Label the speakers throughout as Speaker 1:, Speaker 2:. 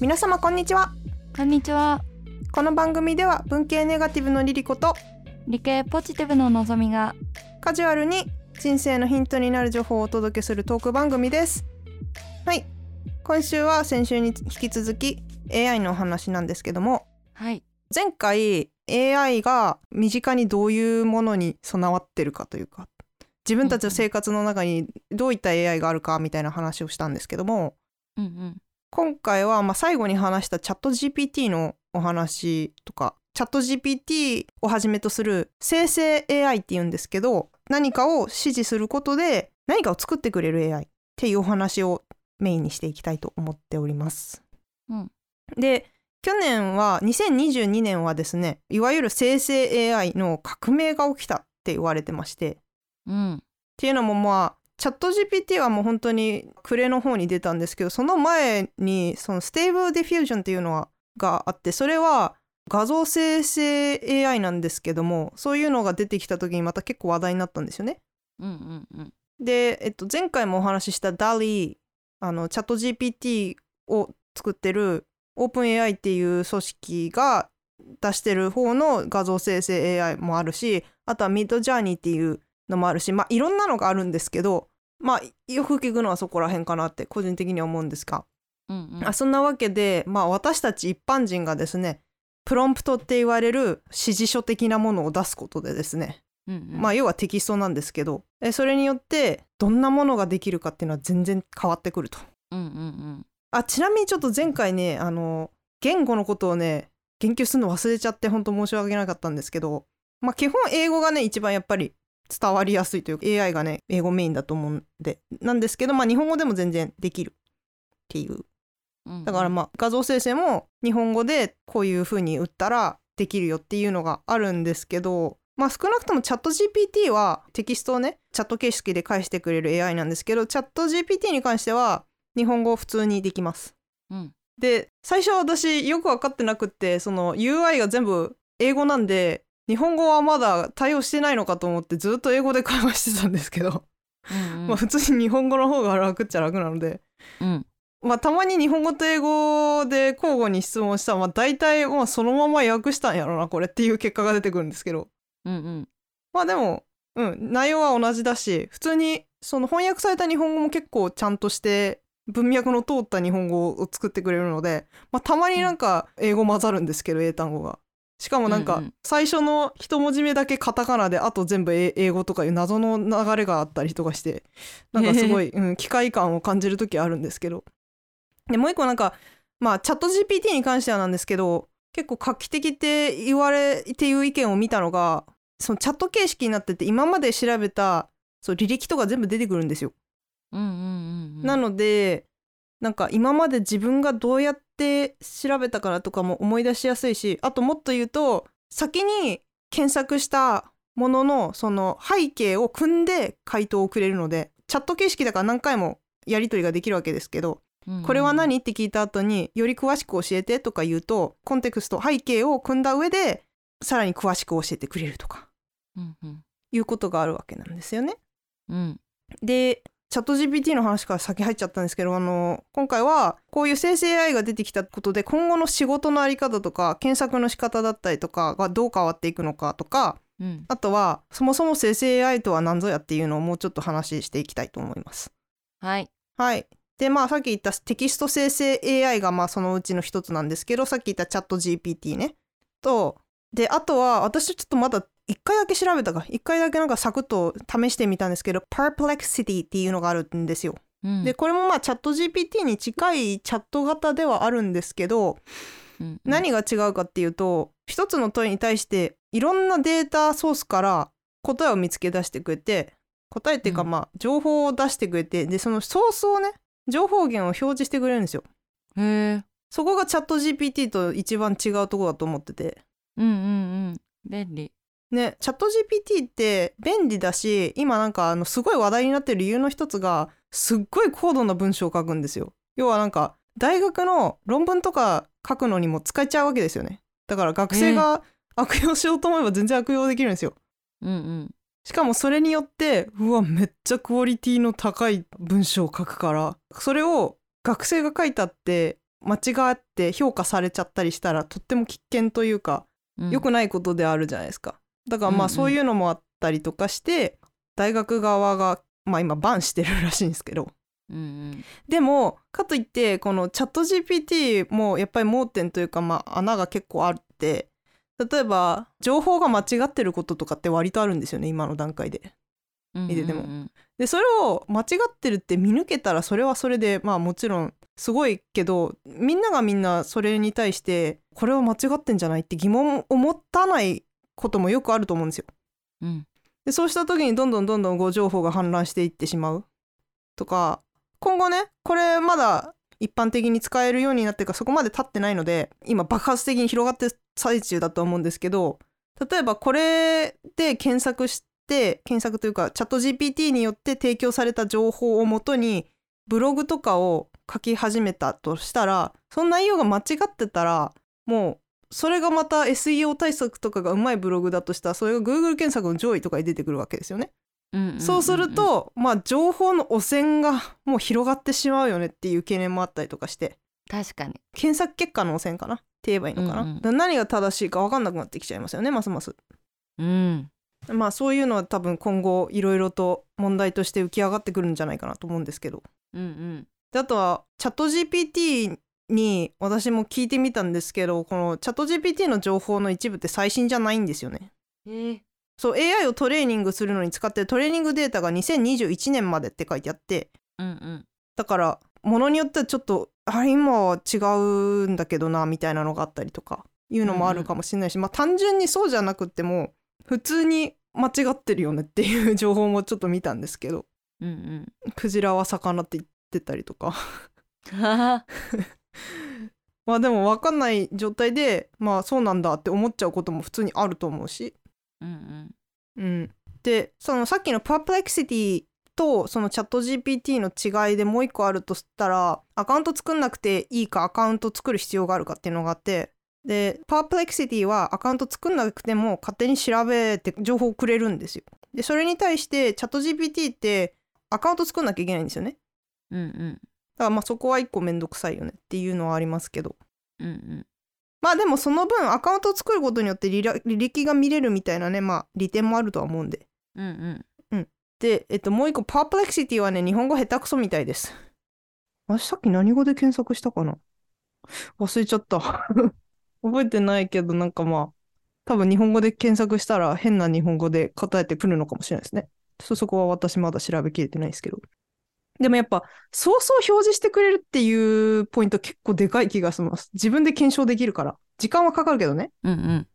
Speaker 1: 皆様こんにちは
Speaker 2: こんにちは
Speaker 1: この番組では文系ネガティブのリリコと
Speaker 2: 理系ポジティブののぞみが
Speaker 1: カジュアルに人生のヒントになる情報をお届けするトーク番組ですはい今週は先週に引き続き AI のお話なんですけども
Speaker 2: はい
Speaker 1: 前回 AI が身近にどういうものに備わってるかというか自分たちの生活の中にどういった AI があるかみたいな話をしたんですけども
Speaker 2: うんうん
Speaker 1: 今回はまあ最後に話したチャット GPT のお話とかチャット GPT をはじめとする生成 AI って言うんですけど何かを指示することで何かを作ってくれる AI っていうお話をメインにしていきたいと思っております。
Speaker 2: うん
Speaker 1: で去年は2022年はですねいわゆる生成 AI の革命が起きたって言われてまして
Speaker 2: うん
Speaker 1: っていうのもまあチャット GPT はもう本当に暮れの方に出たんですけどその前にそのステーブルディフュージョンっていうのはがあってそれは画像生成 AI なんですけどもそういうのが出てきた時にまた結構話題になったんですよね。
Speaker 2: うんうんうん
Speaker 1: で、えっと、前回もお話しした DALL-E あのチャット GPT を作ってる OpenAI っていう組織が出してる方の画像生成 AI もあるしあとは Midjourney っていうのもあるしまあいろんなのがあるんですけどまあよく聞くのはそこら辺かなって個人的には思うんですが、
Speaker 2: うんうん
Speaker 1: あそんなわけで、まあ、私たち一般人がですねプロンプトって言われる指示書的なものを出すことでですね
Speaker 2: うんうん
Speaker 1: まあ要はテキストなんですけどえそれによってどんなものができるかっていうのは全然変わってくると。
Speaker 2: うんうん
Speaker 1: あちなみにちょっと前回ねあの言語のことをね言及するの忘れちゃって本当申し訳なかったんですけど、まあ、基本英語がね一番やっぱり伝わりやすいというか AI がね英語メインだと思うんでなんですけど、まあ、日本語でも全然できるっていう
Speaker 2: うん
Speaker 1: だからまあ画像生成も日本語でこういう風に打ったらできるよっていうのがあるんですけど、まあ、少なくともチャット GPT はテキストをねチャット形式で返してくれる AI なんですけどチャット GPT に関しては日本語を普通にできます。
Speaker 2: うん
Speaker 1: で最初私よく分かってなくってその UI が全部英語なんで日本語はまだ対応してないのかと思ってずっと英語で会話してたんですけど、
Speaker 2: うんうん
Speaker 1: まあ普通に日本語の方が楽っちゃ楽なので
Speaker 2: うん
Speaker 1: まあ、たまに日本語と英語で交互に質問したら、まあ、大体まあそのまま訳したんやろなこれっていう結果が出てくるんですけど
Speaker 2: うんうん
Speaker 1: まあでも、うん、内容は同じだし普通にその翻訳された日本語も結構ちゃんとして文脈の通った日本語を作ってくれるので、まあ、たまになんか英語混ざるんですけど英単語が。しかもなん
Speaker 2: うん
Speaker 1: か
Speaker 2: うん
Speaker 1: 最初の一文字目だけカタカナであと全部英英語とかいう謎の流れがあったりとかしてなんかすごい、うん、機械感を感じる時あるんですけどでもう一個なんかまあチャット GPT に関してはなんですけど結構画期的って言われっていう意見を見たのがそのチャット形式になってて今まで調べたそう履歴とか全部出てくるんですよ。
Speaker 2: うんうんうん
Speaker 1: なのでなんか今まで自分がどうやって調べたからとかも思い出しやすいしあともっと言うと先に検索したもののその背景を組んで回答をくれるのでチャット形式だから何回もやり取りができるわけですけど
Speaker 2: うん
Speaker 1: これは何って聞いた後により詳しく教えてとか言うとコンテクスト背景を組んだ上でさらに詳しく教えてくれるとか
Speaker 2: うんうん
Speaker 1: いうことがあるわけなんですよね。
Speaker 2: うん
Speaker 1: でチャット GPT の話から先入っちゃったんですけどあの今回はこういう生成 AI が出てきたことで今後の仕事のあり方とか検索の仕方だったりとかがどう変わっていくのかとか
Speaker 2: うん
Speaker 1: あとはそもそも生成 AI とは何ぞやっていうのをもうちょっと話していきたいと思います。
Speaker 2: はい
Speaker 1: はい。で、まあさっき言ったテキスト生成 AI がまあそのうちの一つなんですけど、さっき言ったチャット GPT ね。と、で、あとは私ちょっとまだ一回だけ調べたか、一回だけなんかサクッと試してみたんですけど、Perplexity っていうのがあるんですよ。
Speaker 2: うん
Speaker 1: で、これもまあチャット GPT に近いチャット型ではあるんですけど、
Speaker 2: うん
Speaker 1: 何が違うかっていうと一つの問いに対していろんなデータソースから答えを見つけ出してくれて答えっていうか
Speaker 2: うん
Speaker 1: まあ情報を出してくれて、でそのソースをね情報源を表示してくれるんですよ。
Speaker 2: へえ
Speaker 1: そこがチャット GPT と一番違うところだと思ってて。
Speaker 2: うんうんうん便利
Speaker 1: ね、チャット GPT って便利だし今なんかあのすごい話題になってる理由の一つがすっごい高度な文章を書くんですよ。要はなんか大学の論文とか書くのにも使えちゃうわけですよね。だから学生が悪用しようと思えば全然悪用できるんですよ。
Speaker 2: うんうん
Speaker 1: しかもそれによってうわめっちゃクオリティの高い文章を書くからそれを学生が書いたって間違って評価されちゃったりしたらとっても危険というか
Speaker 2: うん
Speaker 1: 良くないことであるじゃないですか。だからま
Speaker 2: うんうん
Speaker 1: あそういうのもあったりとかして大学側がまあ今バンしてるらしいんですけど
Speaker 2: うん
Speaker 1: でもかといってこのチャット GPT もやっぱり盲点というかまあ穴が結構あって例えば情報が間違ってることとかって割とあるんですよね今の段階で。
Speaker 2: うん
Speaker 1: 見てても
Speaker 2: うんうん
Speaker 1: でそれを間違ってるって見抜けたらそれはそれでまあもちろんすごいけどみんながみんなそれに対してこれは間違ってんじゃないって疑問を持たないこともよくあると思うんですよ。
Speaker 2: うん
Speaker 1: でそうした時にどんどんどんどん誤情報が氾濫していってしまうとか今後ねこれまだ一般的に使えるようになってるからそこまで経ってないので今爆発的に広がってる最中だと思うんですけど例えばこれで検索して検索というかチャット GPT によって提供された情報をもとにブログとかを書き始めたとしたらその内容が間違ってたらもうそれがまた SEO 対策とかがうまいブログだとしたらそれが Google 検索の上位とかに出てくるわけですよね。
Speaker 2: うんうん
Speaker 1: そうすると、まあ、情報の汚染がもう広がってしまうよねっていう懸念もあったりとかして
Speaker 2: 確かに
Speaker 1: 検索結果の汚染かなって言えばいいのかな、
Speaker 2: うんうん
Speaker 1: だから何が正しいか分かんなくなってきちゃいますよねますます。
Speaker 2: うん
Speaker 1: まあそういうのは多分今後いろいろと問題として浮き上がってくるんじゃないかなと思うんですけど。
Speaker 2: うんうん
Speaker 1: であとはチャット GPT に私も聞いてみたんですけどこのチャット GPT の情報の一部って最新じゃないんですよね。
Speaker 2: えー
Speaker 1: そう AI をトレーニングするのに使ってるトレーニングデータが2021年までって書いてあって
Speaker 2: うんうん
Speaker 1: だからものによってはちょっとあれ今は違うんだけどなみたいなのがあったりとかいうのもあるかもしれないし、まあ単純にそうじゃなくっても普通に間違ってるよねっていう情報もちょっと見たんですけど
Speaker 2: うんうん
Speaker 1: クジラは魚って言ってたりとか
Speaker 2: はは
Speaker 1: まあでも分かんない状態でまあそうなんだって思っちゃうことも普通にあると思うし
Speaker 2: うん
Speaker 1: うん、でそのさっきの Perplexity とそのチャット GPT の違いでもう一個あるとしたらアカウント作んなくていいかアカウント作る必要があるかっていうのがあってで Perplexity はアカウント作んなくても勝手に調べて情報をくれるんですよ。でそれに対してチャット GPT ってアカウント作んなきゃいけないんですよね。
Speaker 2: うんうんうん
Speaker 1: だからまあそこは一個めんどくさいよねっていうのはありますけど。
Speaker 2: うんうん
Speaker 1: まあでもその分アカウントを作ることによって履歴履歴が見れるみたいなねまあ利点もあるとは思うんで。
Speaker 2: うんうん
Speaker 1: で、えっと、もう一個、パープレクシティはね、日本語下手くそみたいです。私さっき何語で検索したかな忘れちゃった。 覚えてないけど、なんかまあ、多分日本語で検索したら変な日本語で答えてくるのかもしれないですね。ちょっとそこは私まだ調べきれてないですけど。でもやっぱ、そうそう表示してくれるっていうポイント結構でかい気がします。自分で検証できるから。時間はかかるけどね。
Speaker 2: うんうん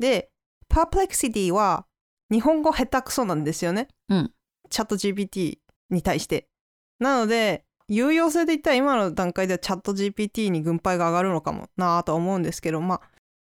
Speaker 1: で、パープレクシティは日本語下手くそなんですよね。
Speaker 2: うん
Speaker 1: チャット GPT に対して。なので、有用性で言ったら今の段階ではチャット GPT に軍配が上がるのかもなぁとは思うんですけど、まあ、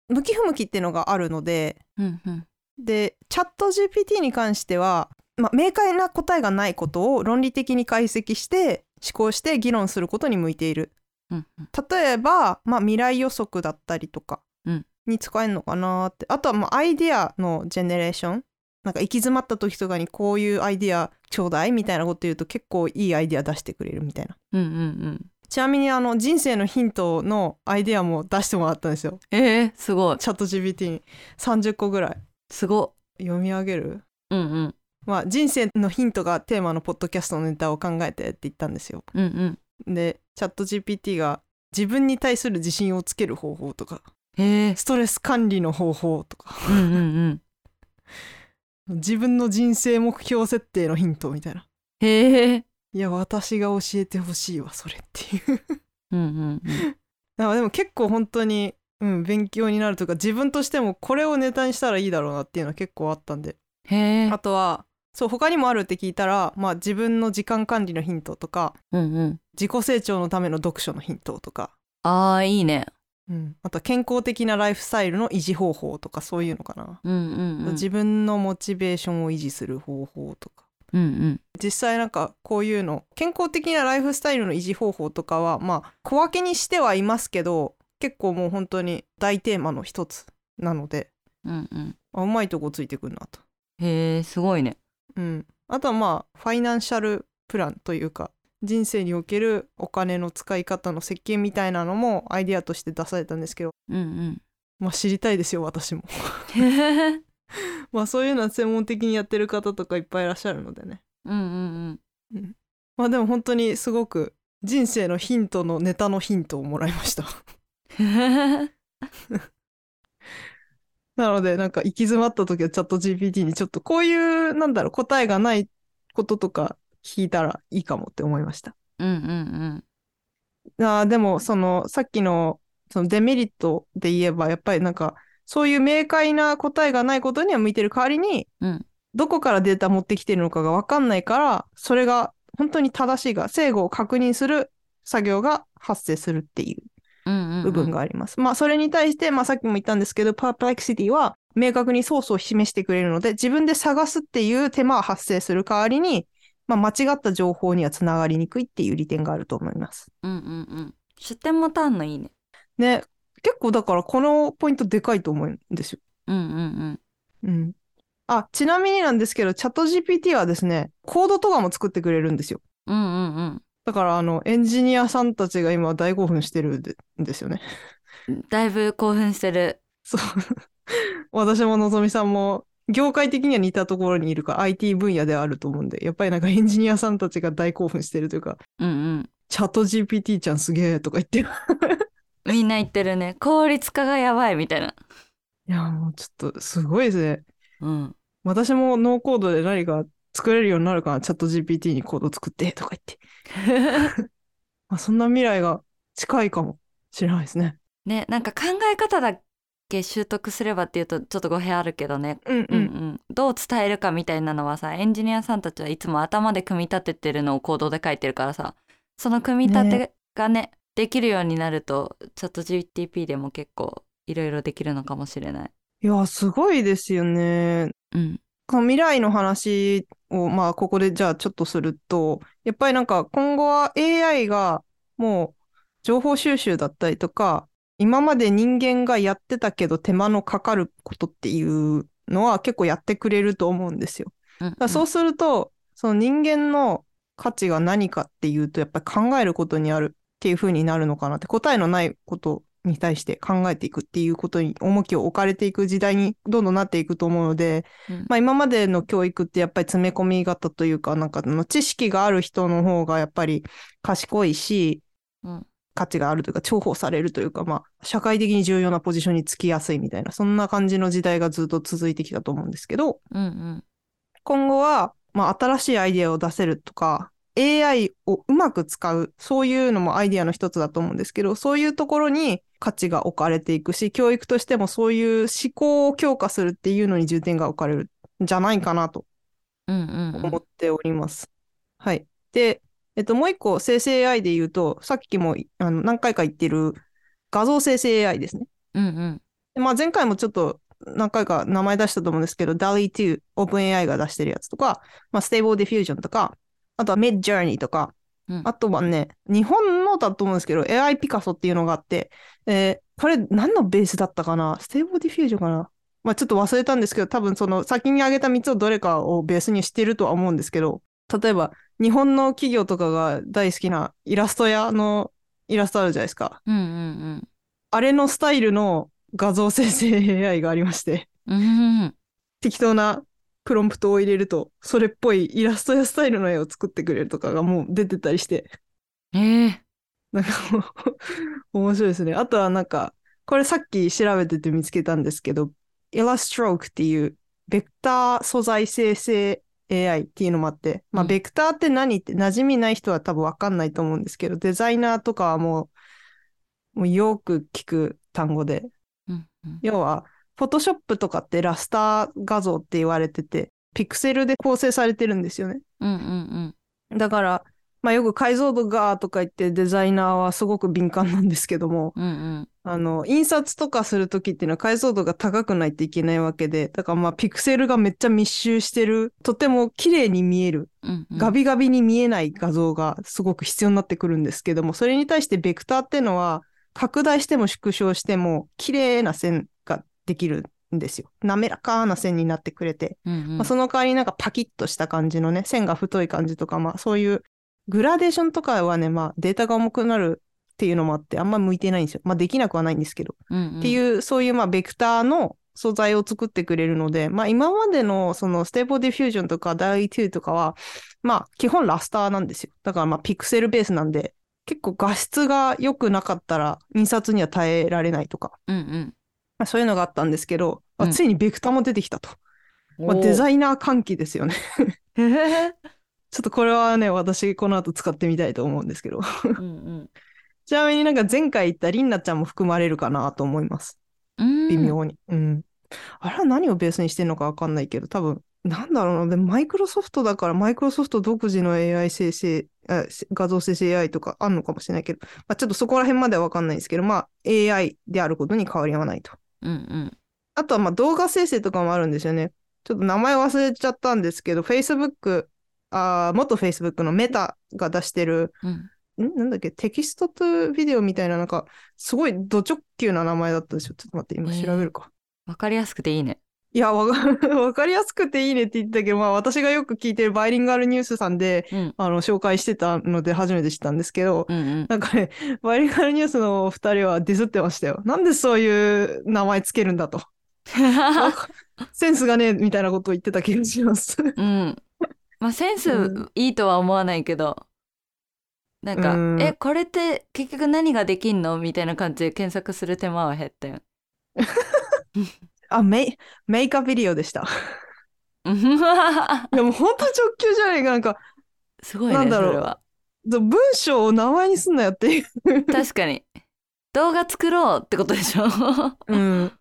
Speaker 1: 向き不向きっていうのがあるので、
Speaker 2: うんうん
Speaker 1: で、チャット GPT に関しては、まあ、明快な答えがないことを論理的に解析して、思考して議論することに向いている。
Speaker 2: うん
Speaker 1: 例えば、まあ、未来予測だったりとか
Speaker 2: うん
Speaker 1: に使えるのかなって、あとはまあアイデアのジェネレーションなんか行き詰まった時とかにこういうアイデアちょうだいみたいなこと言うと結構いいアイデア出してくれるみたいな
Speaker 2: うんうんうん
Speaker 1: ちなみにあの人生のヒントのアイデアも出してもらったんですよ
Speaker 2: えー、すごい
Speaker 1: チャット GPT に30個ぐらい
Speaker 2: すご
Speaker 1: 読み上げる
Speaker 2: いうんうん
Speaker 1: まあ人生のヒントがテーマのポッドキャストのネタを考えてって言ったんですよ
Speaker 2: うんうん
Speaker 1: でチャット GPT が自分に対する自信をつける方法とか
Speaker 2: えー、
Speaker 1: ストレス管理の方法とか
Speaker 2: うんうんうん
Speaker 1: 自分の人生目標設定のヒントみたいな
Speaker 2: へえ
Speaker 1: いや私が教えてほしいわそれっていう
Speaker 2: うんうんうん
Speaker 1: だからでも結構本当にうん勉強になるというか自分としてもこれをネタにしたらいいだろうなっていうのは結構あったんで
Speaker 2: へえ
Speaker 1: あとはそう他にもあるって聞いたら、まあ、自分の時間管理のヒントとか
Speaker 2: うんうん
Speaker 1: 自己成長のための読書のヒントとか、
Speaker 2: あーいいね
Speaker 1: うん、あとは健康的なライフスタイルの維持方法とかそういうのかな、
Speaker 2: うんうんうん
Speaker 1: 自分のモチベーションを維持する方法とか
Speaker 2: うんうん
Speaker 1: 実際なんかこういうの健康的なライフスタイルの維持方法とかはまあ小分けにしてはいますけど結構もう本当に大テーマの一つなので
Speaker 2: うんうん
Speaker 1: あうまいとこついてくるなと。
Speaker 2: へえすごいね
Speaker 1: うん、あとはまあファイナンシャルプランというか人生におけるお金の使い方の設計みたいなのもアイデアとして出されたんですけど、
Speaker 2: うん
Speaker 1: まあ、知りたいですよ私も
Speaker 2: うん
Speaker 1: まあそういうのは専門的にやってる方とかいっぱいいらっしゃるのでね
Speaker 2: うんうん
Speaker 1: まあでも本当にすごく人生のヒントのネタのヒントをもらいました
Speaker 2: うん
Speaker 1: なのでなんか行き詰まった時はチャット GPT にちょっとこういうなんだろう答えがないこととか聞いたらいいかもって思いました
Speaker 2: うんうん
Speaker 1: あーでもそのさっきのそのデメリットで言えばやっぱりなんかそういう明快な答えがないことには向いてる代わりに、
Speaker 2: うん
Speaker 1: どこからデータ持ってきてるのかが分かんないからそれが本当に正しいが正誤を確認する作業が発生するっていう
Speaker 2: うんうん
Speaker 1: 部分があります。まあそれに対して、まあ、さっきも言ったんですけどパープレクシティは明確にソースを示してくれるので自分で探すっていう手間は発生する代わりに、まあ、間違った情報にはつながりにくいっていう利点があると思います。
Speaker 2: うんうんうん出店もターンのいいね
Speaker 1: ね、結構だからこのポイントでかいと思うんですよ。
Speaker 2: うんうん
Speaker 1: うん。あ、ちなみになんですけど、チャット GPT はですね、コードとかも作ってくれるんですよ。
Speaker 2: うんうんうんうん
Speaker 1: だから、あの、エンジニアさんたちが今大興奮してるんでんですよね。
Speaker 2: だいぶ興奮してる
Speaker 1: そう。私ものぞみさんも、業界的には似たところにいるから IT 分野ではあると思うんで、やっぱりなんかエンジニアさんたちが大興奮してるというか、
Speaker 2: うんうん
Speaker 1: チャット GPT ちゃんすげえとか言って る。
Speaker 2: みんな言ってるね効率化がやばいみたいない
Speaker 1: や、もうちょっとすごいですね。
Speaker 2: うん
Speaker 1: 私もノーコードで何か作れるようになるかな、チャット GPT にコード作ってとか言って。 まあ、そんな未来が近いかもしれないですね。
Speaker 2: ねなんか考え方だけ習得すればっていうとちょっと語弊あるけどね、
Speaker 1: うん
Speaker 2: うんうん、どう伝えるかみたいなのはさエンジニアさんたちはいつも頭で組み立ててるのを行動で書いてるからさその組み立てがねできるようになるとチャット GTP でも結構いろいろできるのかもしれない。
Speaker 1: いや、すごいですよね。
Speaker 2: うん、
Speaker 1: この未来の話を、まあ、ここでじゃあちょっとすると、やっぱりなんか今後は AI がもう情報収集だったりとか、今まで人間がやってたけど手間のかかることっていうのは結構やってくれると思うんですよ。
Speaker 2: うん
Speaker 1: だからそうすると、その人間の価値が何かっていうと、やっぱり考えることにあるっていう風になるのかなって、答えのないことに対して考えていくっていうことに重きを置かれていく時代にどんどんなっていくと思うので、
Speaker 2: うん
Speaker 1: まあ今までの教育ってやっぱり詰め込み型というか、なんかあの知識がある人の方がやっぱり賢いし、
Speaker 2: うん
Speaker 1: 価値があるというか、重宝されるというか、まあ、社会的に重要なポジションにつきやすいみたいな、そんな感じの時代がずっと続いてきたと思うんですけど、
Speaker 2: うんうん
Speaker 1: 今後は、まあ、新しいアイデアを出せるとか AI をうまく使うそういうのもアイデアの一つだと思うんですけどそういうところに価値が置かれていくし教育としてもそういう思考を強化するっていうのに重点が置かれるんじゃないかなと
Speaker 2: うんうんうん
Speaker 1: 思っております。はい。で、えっと、もう一個生成 AI で言うとさっきもあの何回か言ってる画像生成 AI ですね。
Speaker 2: うんうん
Speaker 1: でまあ、前回もちょっと何回か名前出したと思うんですけど、DALI2、OpenAI が出してるやつとか、まあ、Stable Diffusion とか、あとは Midjourney とか、
Speaker 2: うん
Speaker 1: あとはね、日本のだと思うんですけど、AI ピカソっていうのがあって、えーこれ何のベースだったかな ?Stable Diffusion かなまあ、ちょっと忘れたんですけど、多分その先に挙げた3つをどれかをベースにしてるとは思うんですけど、例えば日本の企業とかが大好きなイラスト屋のイラストあるじゃないですか。
Speaker 2: うんうん
Speaker 1: あれのスタイルの画像生成 AI がありまして、
Speaker 2: うんうんうん
Speaker 1: 適当なプロンプトを入れると、それっぽいイラストやスタイルの絵を作ってくれるとかがもう出てたりして、
Speaker 2: ええ
Speaker 1: なんかもう 面白いですね。あとはなんか、これさっき調べてて見つけたんですけど、Illustroke っていうベクター素材生成 AI っていうのもあって、まあ、
Speaker 2: うん
Speaker 1: ベクターって何って馴染みない人は多分わかんないと思うんですけど、デザイナーとかはもう、もうよく聞く単語で、
Speaker 2: うんうん
Speaker 1: 要は、フォトショップとかってラスター画像って言われてて、ピクセルで構成されてるんですよね。
Speaker 2: うんうん
Speaker 1: だから、まあよく解像度がとか言ってデザイナーはすごく敏感なんですけども、
Speaker 2: うんうん
Speaker 1: あの、印刷とかするときっていうのは解像度が高くないといけないわけで、だからまあピクセルがめっちゃ密集してる、とても綺麗に見える、
Speaker 2: うんうん
Speaker 1: ガビガビに見えない画像がすごく必要になってくるんですけども、それに対してベクターってのは、拡大しても縮小しても、綺麗な線ができるんですよ。滑らかな線になってくれて、
Speaker 2: うんうん
Speaker 1: まあ、その代わりなんかパキッとした感じのね、線が太い感じとか、まあそういうグラデーションとかはね、まあ、データが重くなるっていうのもあって、あんま向いてないんですよ。まあ、できなくはないんですけど。
Speaker 2: うんうん、
Speaker 1: っていう、そういう、まあ、ベクターの素材を作ってくれるので、まあ、今までの、その、ステーボディフュージョンとか、ダイ2とかは、まあ、基本ラスターなんですよ。だから、まあ、ピクセルベースなんで、結構画質が良くなかったら、印刷には耐えられないとか、
Speaker 2: うんうん
Speaker 1: まあ、そういうのがあったんですけど、まあ
Speaker 2: うん
Speaker 1: ついにベクターも出てきたと。まあ、
Speaker 2: おー
Speaker 1: デザイナー歓喜ですよね。
Speaker 2: へへへ
Speaker 1: ちょっとこれはね、私、この後使ってみたいと思うんですけど。
Speaker 2: うん
Speaker 1: ちなみになんか前回言ったリンナちゃんも含まれるかなと思います。
Speaker 2: うん
Speaker 1: 微妙に。うん。あれは何をベースにしてるのかわかんないけど、多分、なんだろうな。でもマイクロソフトだから、マイクロソフト独自の AI 生成、あせ画像生成 AI とかあんのかもしれないけど、まあ、ちょっとそこら辺まではわかんないですけど、まあ AI であることに変わりはないと。
Speaker 2: うんうん
Speaker 1: あとはまあ動画生成とかもあるんですよね。ちょっと名前忘れちゃったんですけど、Facebook、あー元 Facebook のメタが出してる、
Speaker 2: うん
Speaker 1: んなんだっけ、テキストとビデオみたいな、なんか、すごいド直球な名前だったんですよ。ちょっと待って、今調べるか。
Speaker 2: わかりやすくていいね
Speaker 1: いや、わか わかりやすくていいねって言ったけど、まあ私がよく聞いてるバイリンガルニュースさんで、
Speaker 2: うん
Speaker 1: あの、紹介してたので初めて知ったんですけど、
Speaker 2: うんうん
Speaker 1: なんかね、バイリンガルニュースのお二人はディスってましたよ。なんでそういう名前つけるんだと。なんかセンスがねえみたいなことを言ってた気がします。
Speaker 2: うん。まあセン
Speaker 1: う
Speaker 2: スいいとは思わないけど、なんか、
Speaker 1: うん
Speaker 2: え、これって結局何ができんのみたいな感じで検索する手間は減ったよ。
Speaker 1: あ、メイ、メイカビデオでした。いやもうほんと直球じゃねえか。なんか、
Speaker 2: すごい
Speaker 1: な
Speaker 2: ね、
Speaker 1: んだ
Speaker 2: そ
Speaker 1: ろう
Speaker 2: れは。
Speaker 1: 文章を名前にすんなよっていう。
Speaker 2: 確かに。動画作ろうってことでしょ
Speaker 1: うん。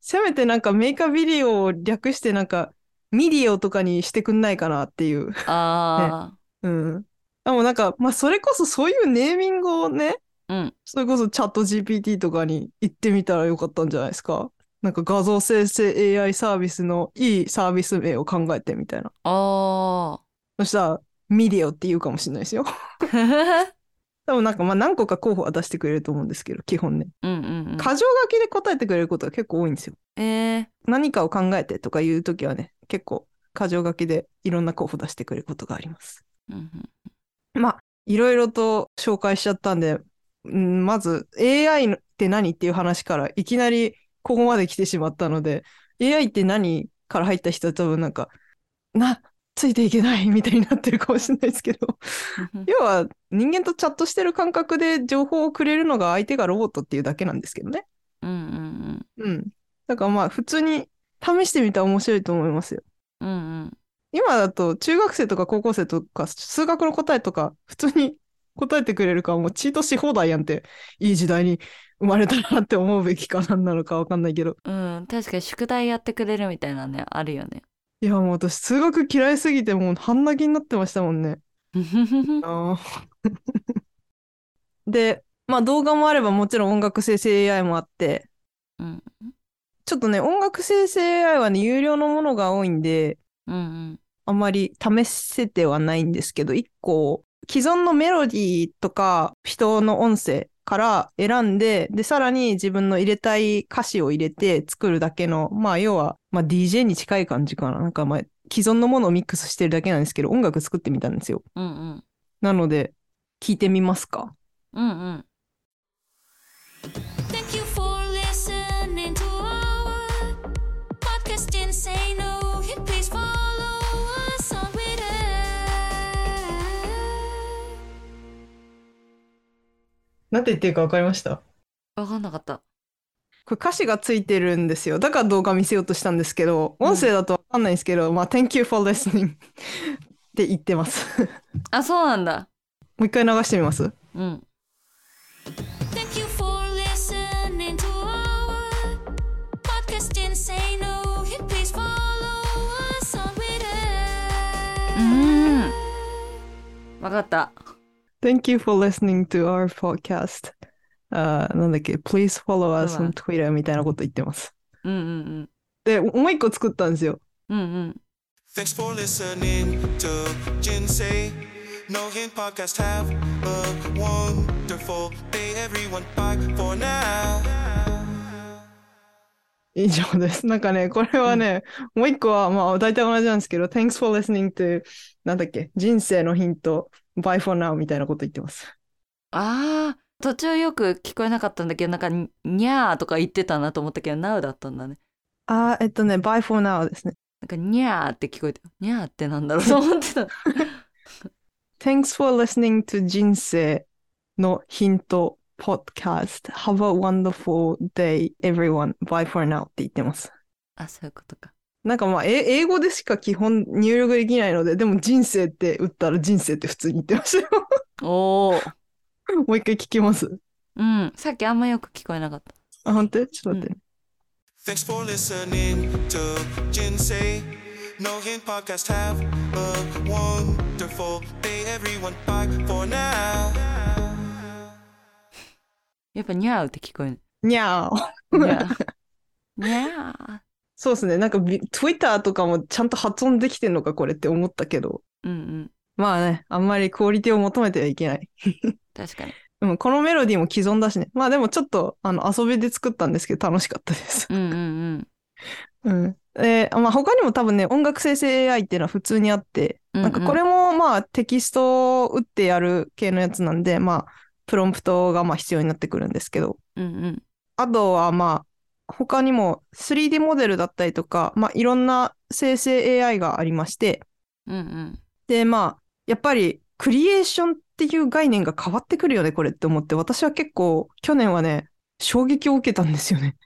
Speaker 1: せめてなんかメイカビデオを略してなんか、ミディオとかにしてくんないかなっていう。
Speaker 2: あ
Speaker 1: うん。でもなんか、まあそれこそそういうネーミングをね、
Speaker 2: あ、うん。
Speaker 1: それこそチャット GPT とかに行ってみたらよかったんじゃないですか。なんか画像生成 AI サービスのいいサービス名を考えてみたいな。
Speaker 2: あ
Speaker 1: そしたら、ミディオって言うかもしれないですよ。
Speaker 2: あ。
Speaker 1: 多分なんかまあ何個か候補は出してくれると思うんですけど、基本ね。
Speaker 2: うんうん
Speaker 1: 箇条書きで答えてくれることが結構多いんですよ。
Speaker 2: うん。え
Speaker 1: 何かを考えてとかいうときはね、結構箇条書きでいろんな候補出してくれることがあります。
Speaker 2: ーうんうん
Speaker 1: まあ、いろいろと紹介しちゃったんで、うんまず AI って何っていう話からいきなりここまで来てしまったので、AI って何から入った人は多分なんか、な、ついていけないみたいになってるかもしれないですけど、
Speaker 2: うんうん
Speaker 1: 要は人間とチャットしてる感覚で情報をくれるのが相手がロボットっていうだけなんですけどね。
Speaker 2: うんうん
Speaker 1: うん。だからまあ普通に試してみたら面白いと思いますよ。
Speaker 2: うんうん
Speaker 1: 今だと中学生とか高校生とか数学の答えとか普通に答えてくれるからもうチートし放題やんっていい時代に生まれたなって思うべきかなんなのかわかんないけど
Speaker 2: うん。うん、確かに宿題やってくれるみたいなね、あるよね。
Speaker 1: いやもう私数学嫌いすぎてもう半泣きになってましたもんね。あー で、まあ動画もあればもちろん音楽生成 AI もあって
Speaker 2: うん
Speaker 1: ちょっとね音楽生成 AI はね有料のものが多いんで
Speaker 2: うんうん。
Speaker 1: あまり試せてはないんですけど、一個、既存のメロディーとか人の音声から選んで、で、さらに自分の入れたい歌詞を入れて作るだけの、まあ、要は、まあ、DJ に近い感じかな。なんか、まあ、既存のものをミックスしてるだけなんですけど、音楽作ってみたんですよ。
Speaker 2: うんうん。
Speaker 1: なので、聞いてみますか。
Speaker 2: うんうん。
Speaker 3: Thank you for listening to our podcast Insane. No, hit please follow us on Twitter.
Speaker 1: なんて言ってるかわかりました
Speaker 2: わかんなかった。
Speaker 1: これ歌詞がついてるんですよ。だから動画見せようとしたんですけど、音声だとわかんないんですけど、まあ、Thank you for listening って言ってます。
Speaker 2: あ、そうなんだ。
Speaker 1: もう一回流してみます
Speaker 2: うん。
Speaker 3: Thank you for listening to our podcast Insane. No, hit please follow us on
Speaker 2: う
Speaker 3: Twitter.
Speaker 2: ーん。わかった。
Speaker 1: Thank you for listening to our podcast. あーなんだっけ Please follow us
Speaker 2: うわ
Speaker 1: on Twitter みたいなこと言ってます。
Speaker 2: うんうん
Speaker 1: で、もう一個作ったんですよ。
Speaker 2: うん。うんうん。
Speaker 4: Thanks for listening to Jinsei. No Hint Podcast. Have a wonderful day, everyone. Bye for now.
Speaker 1: 以上です。なんかね、これはね、もう一個は、まあ、大体同じなんですけど、Thanks for listening to、なんだっけ、人生のヒント、 Bye for now みたいなこと言ってます。
Speaker 2: ああ、途中よく聞こえなかったんだけど、なんか、ににゃーとか言ってたなと思ったけど、なうだったんだね。
Speaker 1: あーえっとね、Bye for now ですね。
Speaker 2: なんか、にゃーって聞こえて、にゃーってなんだろうと思ってた。
Speaker 1: Thanks for listening to 人生のヒント podcast. Have a wonderful day, everyone. Bye for now って言ってます。
Speaker 2: あ、そういうことか。
Speaker 1: なんかまあ、え英語でしか基本入力できないので、でも人生って打ったら人生って普通に言ってましたよ。
Speaker 2: おお。
Speaker 1: もう一回聞きます。
Speaker 2: うん。さっきあんまよく聞こえなかった。
Speaker 1: あ、本当ちょっと待って。
Speaker 4: Thanks for listening to Jinsei. No Hint Podcast. Have a wonderful day, everyone. Bye for now.
Speaker 2: やっぱ、にゃーって聞こえる。
Speaker 1: にゃー。
Speaker 2: にゃー。にゃー。
Speaker 1: そうですね。なんかび Twitter とかもちゃんと発音できてんのかこれって思ったけど。
Speaker 2: うんうん。
Speaker 1: まあね、あんまりクオリティを求めてはいけない。
Speaker 2: 確かに。
Speaker 1: うん、このメロディーも既存だしね。まあでもちょっとあの遊びで作ったんですけど楽しかったです。
Speaker 2: うんうんうん。
Speaker 1: うん。えまあ他にも多分ね、音楽生成 AI っていうのは普通にあって、なんかこれもまあテキストを打ってやる系のやつなんで、まあプロンプトがまあ必要になってくるんですけど、
Speaker 2: うんうん。
Speaker 1: あとはまあ他にも 3D モデルだったりとか、まあいろんな生成 AI がありまして、
Speaker 2: うんうん。
Speaker 1: でまあやっぱりクリエーションっていう概念が変わってくるよねこれって思って私は結構去年はね衝撃を受けたんですよね。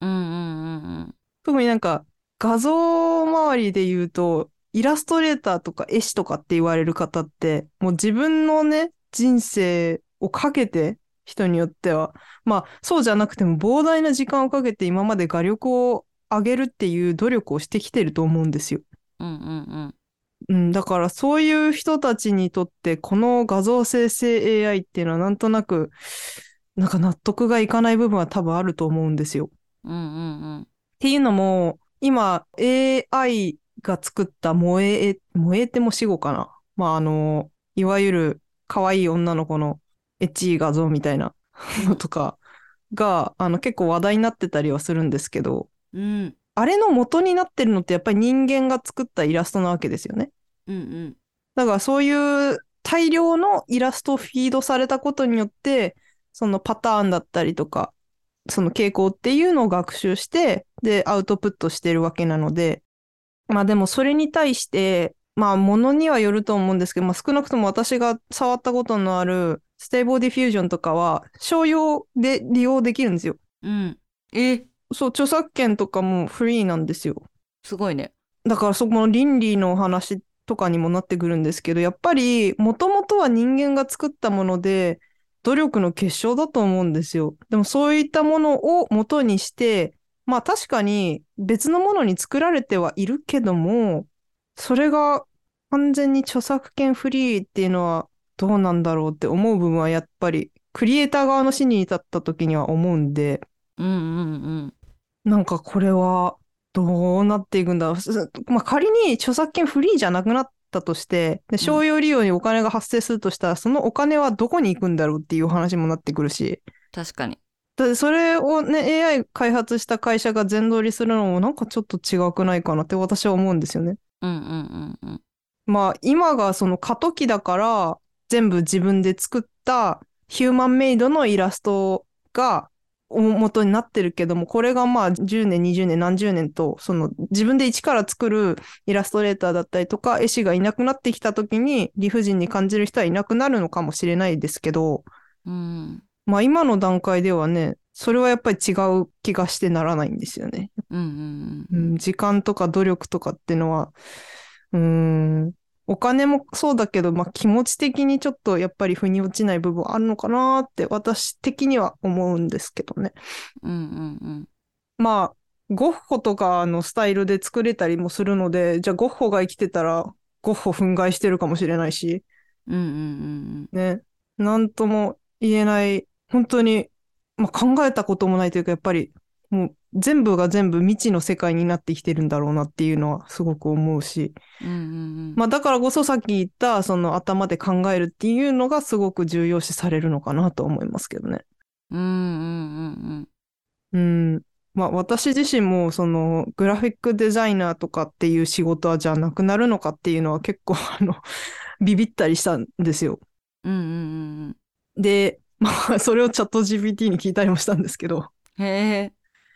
Speaker 2: うんうんうんうん。
Speaker 1: 特になんか画像周りで言うとイラストレーターとか絵師とかって言われる方ってもう自分のね人生をかけて人によってはまあそうじゃなくても膨大な時間をかけて今まで画力を上げるっていう努力をしてきてると思うんですよ。
Speaker 2: うんうんうん。
Speaker 1: うん、だからそういう人たちにとってこの画像生成 AI っていうのはなんとなくなんか納得がいかない部分は多分あると思うんですよ。っ
Speaker 2: うんうんうん。
Speaker 1: ていうのも今 AI が作った萌え絵、萌え絵ってもう死語かな。まああの、いわゆる可愛い女の子のエッチい画像みたいなのとかがあの結構話題になってたりはするんですけど、
Speaker 2: うん
Speaker 1: あれの元になってるのってやっぱり人間が作ったイラストなわけですよね。
Speaker 2: うんうん。
Speaker 1: だからそういう大量のイラストをフィードされたことによって、そのパターンだったりとか、その傾向っていうのを学習して、で、アウトプットしてるわけなので、まあでもそれに対して、まあものにはよると思うんですけど、まあ少なくとも私が触ったことのあるステーボーディフュージョンとかは商用で利用できるんですよ。
Speaker 2: うん。え、
Speaker 1: そう、著作権とかもフリーなんですよ。
Speaker 2: すごいね。
Speaker 1: だからそこの倫理の話とかにもなってくるんですけど、やっぱりもともとは人間が作ったもので、努力の結晶だと思うんですよ。でもそういったものを元にして、まあ確かに別のものに作られてはいるけども、それが完全に著作権フリーっていうのはどうなんだろうって思う部分はやっぱりクリエイター側の視に至った時には思うんで、
Speaker 2: うんうんうん。
Speaker 1: なんかこれはどうなっていくんだろう。すまあ、仮に著作権フリーじゃなくなったとして、で、商用利用にお金が発生するとしたら、そのお金はどこに行くんだろうっていう話もなってくるし、
Speaker 2: 確かに。
Speaker 1: だってそれをね、AI 開発した会社が全取りするのもなんかちょっと違くないかなって私は思うんですよね。
Speaker 2: うんうんうんうん。
Speaker 1: まあ今がその過渡期だから全部自分で作ったヒューマンメイドのイラストがお元になってるけどもこれがまあ10年20年何十年とその自分で一から作るイラストレーターだったりとか絵師がいなくなってきた時に理不尽に感じる人はいなくなるのかもしれないですけど
Speaker 2: うん。
Speaker 1: まあ今の段階ではねそれはやっぱり違う気がしてならないんですよね。
Speaker 2: うんうん
Speaker 1: う
Speaker 2: うん。
Speaker 1: ん、時間とか努力とかっていうのは、うーん、お金もそうだけど、まあ、気持ち的にちょっとやっぱり腑に落ちない部分あるのかなって私的には思うんですけどね。
Speaker 2: うんうんうん。
Speaker 1: まあ、ゴッホとかのスタイルで作れたりもするので、じゃあゴッホが生きてたら、ゴッホ憤慨してるかもしれないし、
Speaker 2: うんうん
Speaker 1: ね、なんとも言えない、本当に、まあ、考えたこともないというか、やっぱり、もう全部が全部未知の世界になってきてるんだろうなっていうのはすごく思うし、
Speaker 2: うん。うんうんうん。
Speaker 1: まあだからこそさっき言ったその頭で考えるっていうのがすごく重要視されるのかなと思いますけどね。
Speaker 2: うんうん
Speaker 1: う
Speaker 2: うん
Speaker 1: ん。まあ私自身もそのグラフィックデザイナーとかっていう仕事はじゃあなくなるのかっていうのは結構 あのビビったりしたんですよ。
Speaker 2: うんうん
Speaker 1: で、まあ、それをチャット GPT に聞いたりもしたんですけど、
Speaker 2: うん。へえ。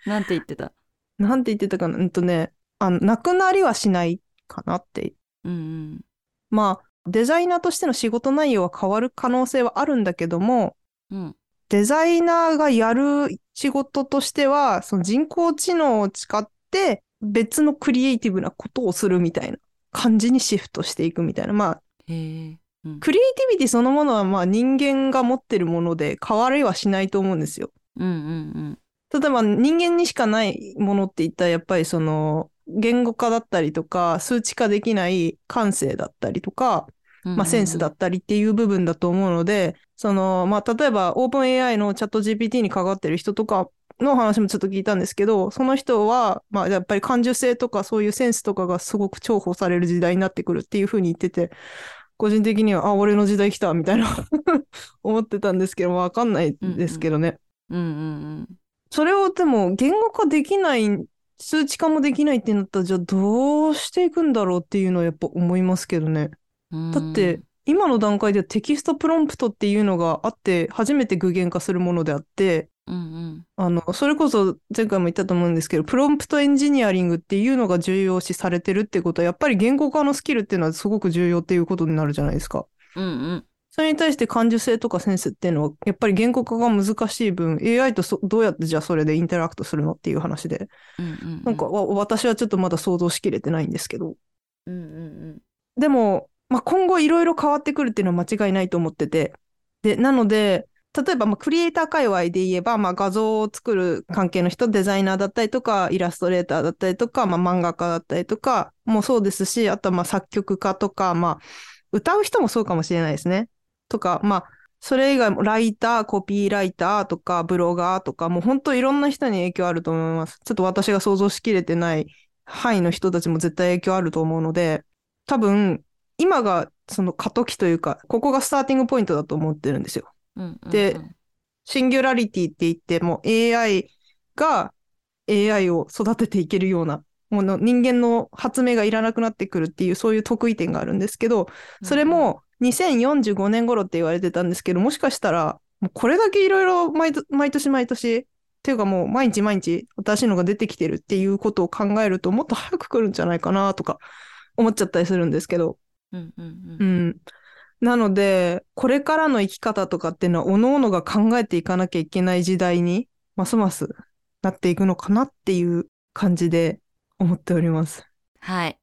Speaker 2: なんて言ってた。
Speaker 1: なんて言ってたかな、うんとね、あの、なくなりはしないかなって。
Speaker 2: うん
Speaker 1: まあ、デザイナーとしての仕事内容は変わる可能性はあるんだけども、
Speaker 2: うん。うん。
Speaker 1: デザイナーがやる仕事としては、その人工知能を使って別のクリエイティブなことをするみたいな感じにシフトしていくみたいな。まあ、
Speaker 2: へえ。うん
Speaker 1: クリエイティビティそのものはまあ人間が持ってるもので変わりはしないと思うんですよ。
Speaker 2: うんうん
Speaker 1: 例えば人間にしかないものっていったらやっぱりその言語化だったりとか数値化できない感性だったりとか、
Speaker 2: うん。
Speaker 1: まあ、センスだったりっていう部分だと思うのでそのまあ例えば OpenAI のチャット GPT に関わってる人とかの話もちょっと聞いたんですけどその人はまあやっぱり感受性とかそういうセンスとかがすごく重宝される時代になってくるっていうふうに言ってて個人的にはあ俺の時代来たみたいな 思ってたんですけどわかんないですけどね。
Speaker 2: うんうん
Speaker 1: それをでも言語化できない、数値化もできないってなったら、じゃあどうしていくんだろうっていうのはやっぱ思いますけどね。
Speaker 2: うん。
Speaker 1: だって、今の段階ではテキストプロンプトっていうのがあって、初めて具現化するものであって、
Speaker 2: うん
Speaker 1: あの、それこそ前回も言ったと思うんですけど、プロンプトエンジニアリングっていうのが重要視されてるってことは、やっぱり言語化のスキルっていうのはすごく重要っていうことになるじゃないですか。
Speaker 2: うん。うんうん。
Speaker 1: それに対して感受性とかセンスっていうのは、やっぱり言語化が難しい分、AI とそどうやってじゃあそれでインタラクトするのっていう話で、
Speaker 2: うんうん。
Speaker 1: なんか、わ私はちょっとまだ想像しきれてないんですけど、
Speaker 2: うんうん
Speaker 1: でも、まあ、今後いろいろ変わってくるっていうのは間違いないと思ってて、で、なので、例えばまあクリエイター界隈で言えば、まあ、画像を作る関係の人、デザイナーだったりとか、イラストレーターだったりとか、まあ、漫画家だったりとかもそうですし、あとはまあ作曲家とか、まあ、歌う人もそうかもしれないですね。とか、まあ、それ以外もライター、コピーライターとか、ブロガーとか、もう本当いろんな人に影響あると思います。ちょっと私が想像しきれてない範囲の人たちも絶対影響あると思うので、多分、今がその過渡期というか、ここがスターティングポイントだと思ってるんですよ。
Speaker 2: うんうんうん。
Speaker 1: でシンギュラリティって言って、もう AI が AI を育てていけるような、もの人間の発明がいらなくなってくるっていう、そういう得意点があるんですけど、それも2045年頃って言われてたんですけど、もしかしたら、もうこれだけいろいろ毎年毎年毎年、っていうかもう毎日毎日新しいのが出てきてるっていうことを考えると、もっと早く来るんじゃないかなとか思っちゃったりするんですけど、
Speaker 2: うんうん
Speaker 1: う
Speaker 2: うん。
Speaker 1: ん。なので、これからの生き方とかっていうのは、各々が考えていかなきゃいけない時代に、ますますなっていくのかなっていう感じで思っております。
Speaker 2: はい。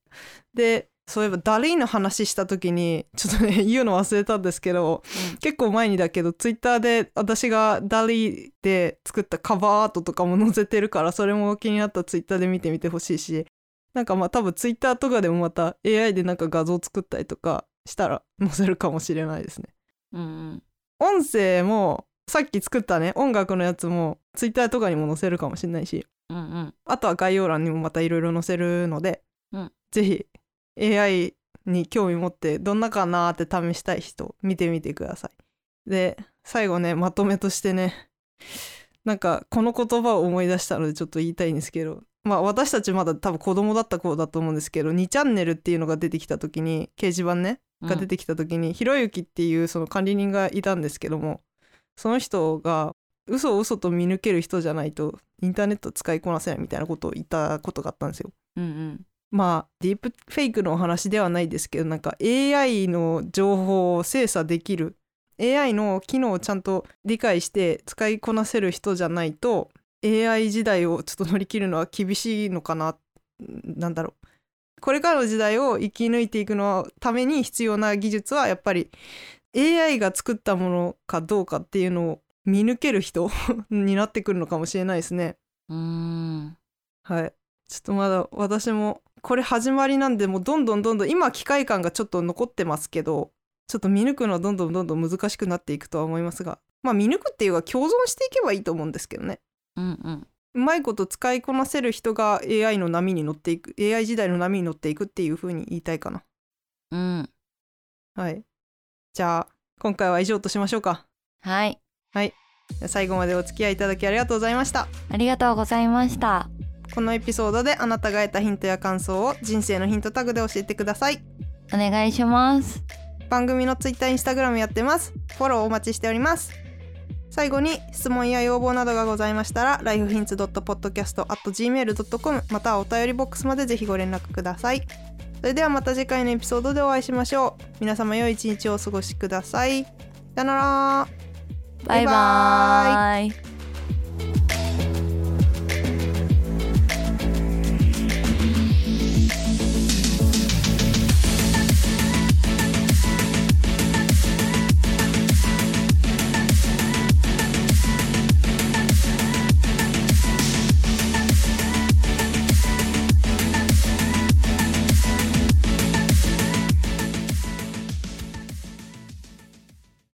Speaker 1: で、そういえば、ダリーの話した時に、ちょっとね、 言うの忘れたんですけど、結構前にだけど、ツイッターで私がダリーで作ったカバーアートとかも載せてるから、それも気になったらツイッターで見てみてほしいし、なんかまあ多分ツイッターとかでもまた AI でなんか画像作ったりとかしたら載せるかもしれないですね。
Speaker 2: うんうん。
Speaker 1: 音声も、さっき作ったね、音楽のやつもツイッターとかにも載せるかもしれないし、
Speaker 2: うんうん。
Speaker 1: あとは概要欄にもまたいろいろ載せるので、
Speaker 2: うん
Speaker 1: ぜひ AI に興味持ってどんなかなーって試したい人見てみてください。で最後ねまとめとしてね なんかこの言葉を思い出したのでちょっと言いたいんですけどまあ私たちまだ多分子供だった頃だと思うんですけど2チャンネルっていうのが出てきた時に掲示板ねが出てきた時に、ひろゆきっていうその管理人がいたんですけどもその人が嘘を嘘と見抜ける人じゃないとインターネット使いこなせないみたいなことを言ったことがあったんですよ。
Speaker 2: うんうん。
Speaker 1: まあディープフェイクのお話ではないですけどなんか AI の情報を精査できる AI の機能をちゃんと理解して使いこなせる人じゃないと AI 時代をちょっと乗り切るのは厳しいのかななんだろうこれからの時代を生き抜いていくのために必要な技術はやっぱり AI が作ったものかどうかっていうのを見抜ける人 になってくるのかもしれないですね。
Speaker 2: うーん。
Speaker 1: はい。ちょっとまだ私もこれ始まりなんでもうどんどんどんどん今機械感がちょっと残ってますけどちょっと見抜くのはどんどんどんどん難しくなっていくとは思いますがまあ見抜くっていうか共存していけばいいと思うんですけどね
Speaker 2: うんうん。
Speaker 1: うまいこと使いこなせる人が AI の波に乗っていく AI 時代の波に乗っていくっていう風に言いたいかな
Speaker 2: うん。
Speaker 1: はいじゃあ今回は以上としましょうか
Speaker 2: はい。
Speaker 1: 最後までお付き合いいただきありがとうございました
Speaker 2: ありがとうございました。
Speaker 1: このエピソードであなたが得たヒントや感想を人生のヒントタグで教えてください
Speaker 2: お願いします。
Speaker 1: 番組のツイッターインスタグラムやってますフォローお待ちしております最後に質問や要望などがございましたら lifehints.podcast.gmail.com またはお便りボックスまでぜひご連絡くださいそれではまた次回のエピソードでお会いしましょう皆様良い一日をお過ごしくださいさよなら
Speaker 2: バイバーイ